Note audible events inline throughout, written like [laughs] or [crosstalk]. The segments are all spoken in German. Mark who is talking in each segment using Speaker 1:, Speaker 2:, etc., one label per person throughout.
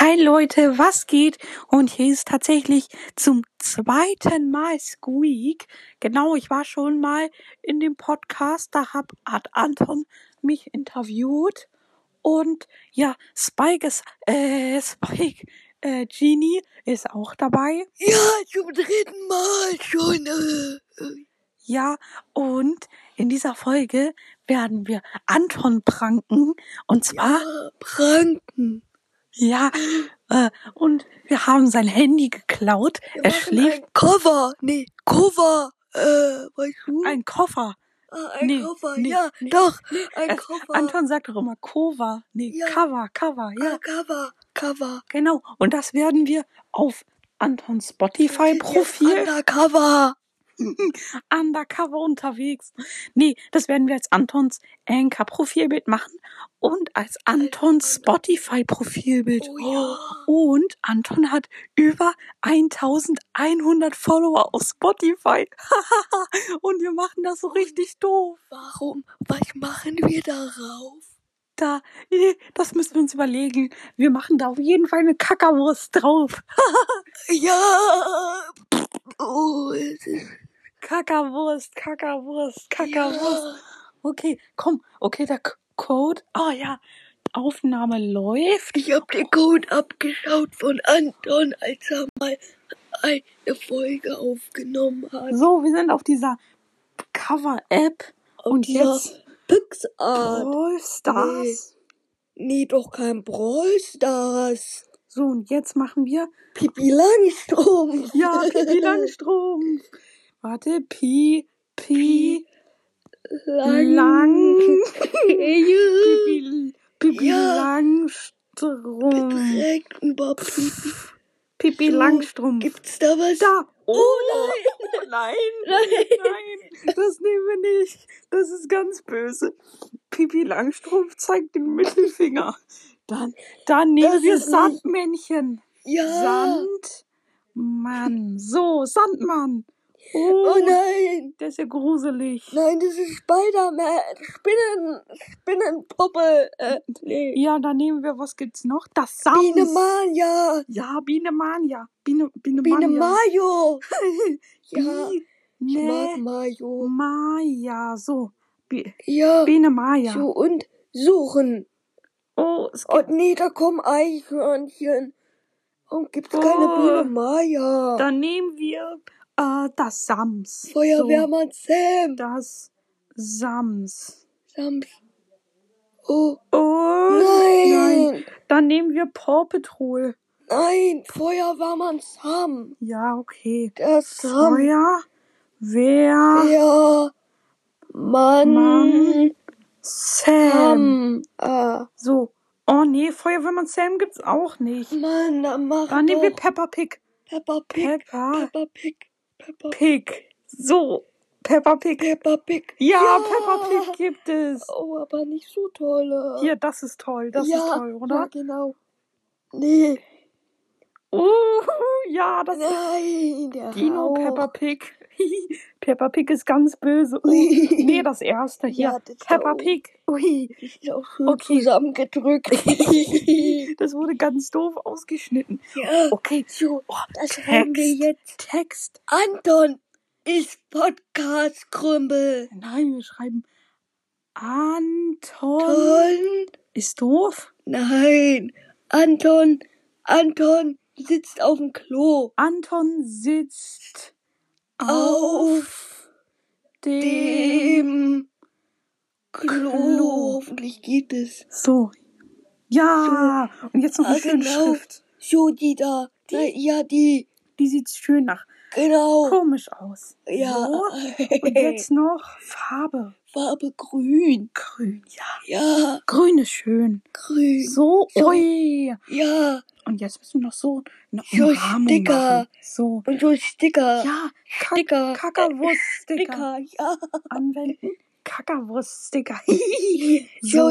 Speaker 1: Hi Leute, was geht? Und hier ist tatsächlich zum zweiten Mal Squeak. Genau, ich war schon mal in dem Podcast, da hat hat Anton mich interviewt. Und ja, Spike ist, äh, Spike, äh, Genie ist auch dabei.
Speaker 2: Ja, zum dritten Mal schon. Äh, äh,
Speaker 1: Ja, und in dieser Folge werden wir Anton pranken. Und zwar
Speaker 2: äh, Pranken.
Speaker 1: Ja, äh, und wir haben sein Handy geklaut.
Speaker 2: Wir
Speaker 1: Er
Speaker 2: machen
Speaker 1: schläft
Speaker 2: Ein Cover. Nee, Cover. Äh, weißt du?
Speaker 1: ein Koffer.
Speaker 2: Ah, ein
Speaker 1: nee,
Speaker 2: Cover.
Speaker 1: nee,
Speaker 2: ja,
Speaker 1: nee.
Speaker 2: doch. Ein
Speaker 1: Es-
Speaker 2: Cover.
Speaker 1: Anton sagt doch immer Cover. Nee,
Speaker 2: Ja.
Speaker 1: Cover, Cover, ja,
Speaker 2: Ah, Cover. Cover.
Speaker 1: genau. Und das werden wir auf Antons Spotify-Profil
Speaker 2: Undercover.
Speaker 1: undercover unterwegs. Nee, das werden wir als Antons Anchor-Profilbild machen und als Antons Spotify-Profilbild.
Speaker 2: Oh ja.
Speaker 1: Und Anton hat über 1100 Follower auf Spotify. [laughs] und wir machen das so richtig doof.
Speaker 2: Warum? Was machen wir darauf?
Speaker 1: Da, eh, das müssen wir uns überlegen. Wir machen da auf jeden Fall eine Kackerwurst drauf.
Speaker 2: Ja. Oh, es ist.
Speaker 1: Kackerwurst, Kackerwurst, Kackerwurst.
Speaker 2: Ja.
Speaker 1: Okay, komm. Okay, der C- Code. Oh ja, Aufnahme läuft.
Speaker 2: Ich hab den Code abgeschaut von Anton, als er mal eine Folge aufgenommen hat.
Speaker 1: So, wir sind auf dieser Cover-App. Und jetzt
Speaker 2: Pixar.
Speaker 1: Brawl Stars.
Speaker 2: Nee, doch kein Brawl Stars.
Speaker 1: So, und jetzt machen
Speaker 2: [laughs]
Speaker 1: wir
Speaker 2: Pippi Langstrumpf.
Speaker 1: Ja, Pippi Langstrumpf. Warte, Pi, Pi, Lang.
Speaker 2: Pippi
Speaker 1: Pippi, Pippi
Speaker 2: Ja.
Speaker 1: Langstrumpf.
Speaker 2: Direkt über Pippi.
Speaker 1: Pippi
Speaker 2: So,
Speaker 1: Langstrumpf.
Speaker 2: Gibt's da was?
Speaker 1: Da. Oh,
Speaker 2: nein.
Speaker 1: oh nein.
Speaker 2: [laughs] Nein.
Speaker 1: Nein, das nehmen wir nicht. Das ist ganz böse. Pippi Langstrumpf zeigt den Mittelfinger. Dann, dann nehmen
Speaker 2: Das
Speaker 1: wir
Speaker 2: ist nicht- Ah.
Speaker 1: Sandmännchen.
Speaker 2: Ja.
Speaker 1: Sandmann. So, Sandmann. Oh,
Speaker 2: Oh nein.
Speaker 1: der ist ja gruselig.
Speaker 2: Nein, das ist Spider-Man. Spinnen, Spinnenpuppe. Äh, nee.
Speaker 1: Ja, dann nehmen wir, was gibt's noch? Das Sams.
Speaker 2: Biene Maya.
Speaker 1: Ja, Biene Mania. Biene, Biene,
Speaker 2: Biene
Speaker 1: Mania. [laughs]
Speaker 2: Mayo. Ja,
Speaker 1: Biene
Speaker 2: ich mag Mayo.
Speaker 1: Maya. So. Bi
Speaker 2: Ja,
Speaker 1: Biene Maya.
Speaker 2: so und suchen.
Speaker 1: Oh, es gibt,
Speaker 2: Und nee, da kommen Eichhörnchen. Und gibt's keine
Speaker 1: Oh.
Speaker 2: Biene Maya.
Speaker 1: dann nehmen wir äh, das Sams.
Speaker 2: Feuerwehrmann
Speaker 1: So,
Speaker 2: Sam.
Speaker 1: das Sams.
Speaker 2: Sams. Oh,
Speaker 1: Oh,
Speaker 2: nein. Nein,
Speaker 1: Dann nehmen wir Paw Patrol.
Speaker 2: Feuerwehrmann Sam.
Speaker 1: Ja, okay.
Speaker 2: Der Sam.
Speaker 1: Feuer. Wer?
Speaker 2: Ja. Mann.
Speaker 1: Mann. Sam.
Speaker 2: Sam. Ah.
Speaker 1: So. Oh nee, Feuerwehrmann Sam gibt's auch nicht.
Speaker 2: Mann, dann mach
Speaker 1: Dann nehmen wir
Speaker 2: doch.
Speaker 1: Peppa Pig.
Speaker 2: Peppa Pig.
Speaker 1: Peppa
Speaker 2: Peppa Pig. Peppa
Speaker 1: Pig. So, Peppa Pig.
Speaker 2: Peppa Pig.
Speaker 1: Ja, Peppa Pig gibt es.
Speaker 2: Oh, aber nicht so tolle.
Speaker 1: Hier, das ist toll. Das
Speaker 2: Oh. ja,
Speaker 1: ist toll,
Speaker 2: Ja,
Speaker 1: oder?
Speaker 2: genau. Nee,
Speaker 1: Uh, [laughs] ja, das ist
Speaker 2: nein, der
Speaker 1: Dino
Speaker 2: Rauch. [laughs]
Speaker 1: Peppa Pig. [laughs] Peppa Pig ist ganz böse. Uh, nee, das erste hier.
Speaker 2: Oh. Ja, das
Speaker 1: Peppa
Speaker 2: da
Speaker 1: Pig. Ui,
Speaker 2: Die Ist auch schön
Speaker 1: Okay. [laughs]
Speaker 2: zusammengedrückt. [laughs]
Speaker 1: das wurde ganz doof ausgeschnitten.
Speaker 2: ja,
Speaker 1: Okay,
Speaker 2: so,
Speaker 1: oh,
Speaker 2: das
Speaker 1: Text.
Speaker 2: haben wir jetzt.
Speaker 1: Text.
Speaker 2: Anton ist Podcast-Krümpel.
Speaker 1: Nein, wir schreiben Anton.
Speaker 2: Anton?
Speaker 1: Ist doof.
Speaker 2: Nein, Anton, Anton sitzt auf dem Klo.
Speaker 1: Anton sitzt auf
Speaker 2: Auf
Speaker 1: dem.
Speaker 2: dem Klo.
Speaker 1: Klo.
Speaker 2: Hoffentlich geht es.
Speaker 1: So. Ja. Und jetzt noch eine
Speaker 2: Ah,
Speaker 1: schöne
Speaker 2: genau.
Speaker 1: Schrift.
Speaker 2: So, die da.
Speaker 1: Die?
Speaker 2: Na, ja, die.
Speaker 1: Die sieht schön nach.
Speaker 2: Genau.
Speaker 1: Komisch aus.
Speaker 2: Ja. äh,
Speaker 1: So. Und jetzt noch Farbe.
Speaker 2: Farbe grün.
Speaker 1: Grün. Ja.
Speaker 2: Ja,
Speaker 1: Grün ist schön.
Speaker 2: grün.
Speaker 1: So.
Speaker 2: So.
Speaker 1: Ui.
Speaker 2: Ja.
Speaker 1: Und jetzt müssen wir noch so eine
Speaker 2: So
Speaker 1: Umrahmung
Speaker 2: Sticker.
Speaker 1: machen. So.
Speaker 2: Und so Sticker.
Speaker 1: Ja. Kack
Speaker 2: Sticker. Äh,
Speaker 1: Kackerwurst-Sticker
Speaker 2: Sticker,
Speaker 1: [laughs]
Speaker 2: ja.
Speaker 1: anwenden. Kackerwurst-Sticker.
Speaker 2: So,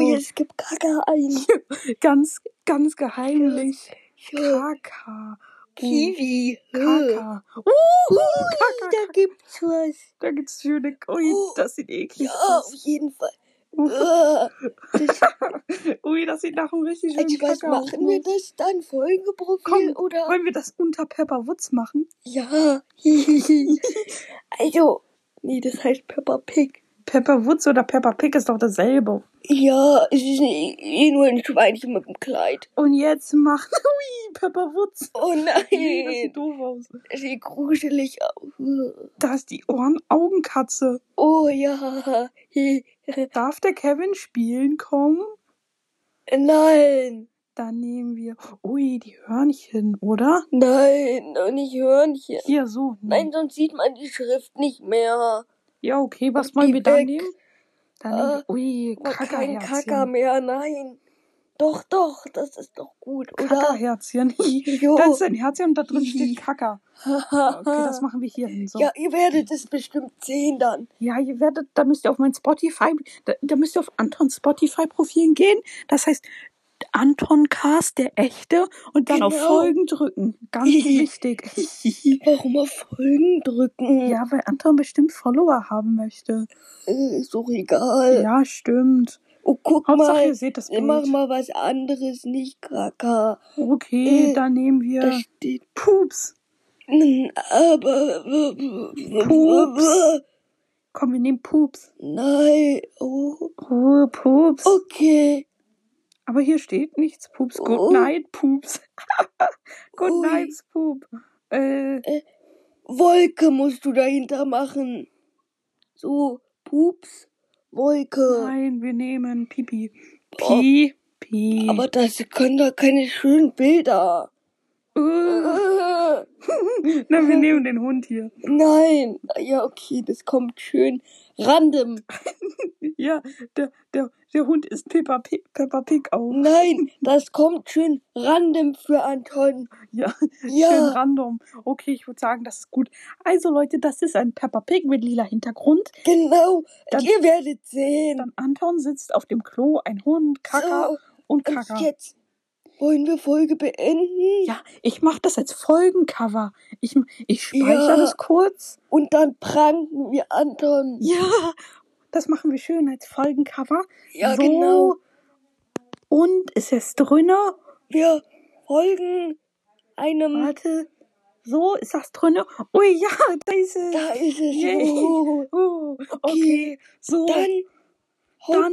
Speaker 1: So.
Speaker 2: jetzt gibt Kaka ein.
Speaker 1: [laughs] ganz, ganz geheimlich.
Speaker 2: So,
Speaker 1: Kaka.
Speaker 2: Kiwi.
Speaker 1: Kaka. Kaka,
Speaker 2: Ui, Äh, da
Speaker 1: Kaka.
Speaker 2: gibt's was.
Speaker 1: Da gibt's schöne. Ui,
Speaker 2: Oh.
Speaker 1: das sieht eklig
Speaker 2: Ja, auf
Speaker 1: aus.
Speaker 2: jeden Fall.
Speaker 1: [laughs]
Speaker 2: Äh, das,
Speaker 1: Ui, das sieht nach einem richtig schönen
Speaker 2: also was
Speaker 1: Kacke aus.
Speaker 2: machen wir das dann? Folgenprofil
Speaker 1: Komm,
Speaker 2: oder?
Speaker 1: Wollen wir das unter Pepper Woods machen?
Speaker 2: Ja. [laughs] also, nee, das heißt Peppa Pig.
Speaker 1: Pepper Woods oder Pepper Pig ist doch dasselbe.
Speaker 2: Ja, es ist eh eh nur ein Schweinchen mit dem Kleid.
Speaker 1: Und jetzt macht [laughs] Ui, Pepper Woods.
Speaker 2: Oh
Speaker 1: Nee, das
Speaker 2: nein,
Speaker 1: sieht doof aus.
Speaker 2: das sieht gruselig aus.
Speaker 1: Da ist die Ohren-Augenkatze.
Speaker 2: Oh ja,
Speaker 1: Darf der Kevin spielen kommen?
Speaker 2: nein,
Speaker 1: Dann nehmen wir. Ui, die Hörnchen, oder?
Speaker 2: nein, doch nicht Hörnchen.
Speaker 1: Hier so. nee.
Speaker 2: Nein, sonst sieht man die Schrift nicht mehr.
Speaker 1: Ja, okay, was
Speaker 2: Und
Speaker 1: wollen
Speaker 2: die
Speaker 1: wir dann
Speaker 2: weg.
Speaker 1: nehmen? Dann
Speaker 2: Äh,
Speaker 1: nehmen wir. Ui,
Speaker 2: Aber kein Kacker
Speaker 1: Kackerherzchen.
Speaker 2: mehr, nein. Doch, doch, das ist doch gut, oder? Oh.
Speaker 1: Kackerherzchen. [laughs]
Speaker 2: Jo.
Speaker 1: Da ist ein Herzchen und da drin steht Kacker. Okay,
Speaker 2: [laughs]
Speaker 1: das machen wir hier hin. So.
Speaker 2: Ja, ihr werdet es bestimmt sehen dann.
Speaker 1: Ja, ihr werdet, da müsst ihr auf mein Spotify, da, da müsst ihr auf Antons Spotify-Profil gehen. Das heißt Anton Cast, der echte, und dann auf
Speaker 2: Genau.
Speaker 1: Folgen drücken.
Speaker 2: [laughs]
Speaker 1: Ganz wichtig.
Speaker 2: Warum auf Folgen drücken?
Speaker 1: Ja, weil Anton bestimmt Follower haben möchte.
Speaker 2: Äh, Ist doch egal.
Speaker 1: Ja, stimmt.
Speaker 2: Oh, guck
Speaker 1: Hauptsache, ihr
Speaker 2: mal.
Speaker 1: seht das
Speaker 2: Wir machen
Speaker 1: Bild.
Speaker 2: mal was anderes, nicht Kaka.
Speaker 1: Okay,
Speaker 2: Äh,
Speaker 1: dann nehmen
Speaker 2: Da
Speaker 1: wir
Speaker 2: steht.
Speaker 1: Pups.
Speaker 2: N- Aber.
Speaker 1: Pups. Komm, wir nehmen Pups.
Speaker 2: Nein. Oh.
Speaker 1: Oh, Pups.
Speaker 2: Okay.
Speaker 1: Aber hier steht nichts, Pups. Good
Speaker 2: Oh.
Speaker 1: night, Pups. [laughs] Good
Speaker 2: Ui.
Speaker 1: night, Pup. Äh,
Speaker 2: Wolke musst du dahinter machen. So. Pups. Wolke.
Speaker 1: nein, wir nehmen Pipi.
Speaker 2: Oh.
Speaker 1: Pi, Pi.
Speaker 2: Aber das können doch keine schönen Bilder.
Speaker 1: Uh,
Speaker 2: Äh,
Speaker 1: na, wir nehmen den Hund hier.
Speaker 2: Nein. Ja, okay, das kommt schön random.
Speaker 1: Ja, der, der, der Hund ist Peppa Pig, Peppa Pig auch.
Speaker 2: Nein, das kommt schön random für Anton.
Speaker 1: Ja,
Speaker 2: Ja.
Speaker 1: schön random. Okay, ich würde sagen, das ist gut. Also Leute, das ist ein Peppa Pig mit lila Hintergrund.
Speaker 2: Genau.
Speaker 1: Dann-
Speaker 2: Ihr werdet sehen.
Speaker 1: Dann Anton sitzt auf dem Klo, ein Hund, Kaka
Speaker 2: Genau. So,
Speaker 1: und
Speaker 2: und
Speaker 1: Kaka.
Speaker 2: jetzt wollen wir Folge beenden
Speaker 1: Ja, ich mache das als Folgencover. Ich, ich speichere
Speaker 2: Ja.
Speaker 1: das kurz.
Speaker 2: und dann pranken wir Anton.
Speaker 1: Ja, das machen wir schön als Folgencover.
Speaker 2: Ja, genau.
Speaker 1: Und ist es drinne?
Speaker 2: Wir folgen einem.
Speaker 1: Warte. So, ist das drinne? Ui, ja, [laughs] da ist es.
Speaker 2: Da ist es.
Speaker 1: Yay.
Speaker 2: Oh.
Speaker 1: Oh, okay.
Speaker 2: Okay.
Speaker 1: So, dann,
Speaker 2: Dann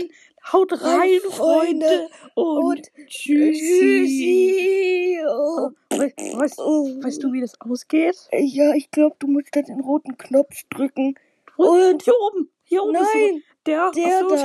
Speaker 2: haut
Speaker 1: haut rein,
Speaker 2: rein,
Speaker 1: Freunde.
Speaker 2: Freunde.
Speaker 1: Und,
Speaker 2: und
Speaker 1: tschüssi.
Speaker 2: Tschüssi.
Speaker 1: Oh,
Speaker 2: Oh.
Speaker 1: we- weißt,
Speaker 2: Oh.
Speaker 1: weißt du, wie das ausgeht?
Speaker 2: Ja, ich glaube, du musst dann den roten Knopf drücken.
Speaker 1: Und,
Speaker 2: Und-
Speaker 1: hier oben. Hier oben ist so-
Speaker 2: Nein,
Speaker 1: der,
Speaker 2: der
Speaker 1: achso,
Speaker 2: da.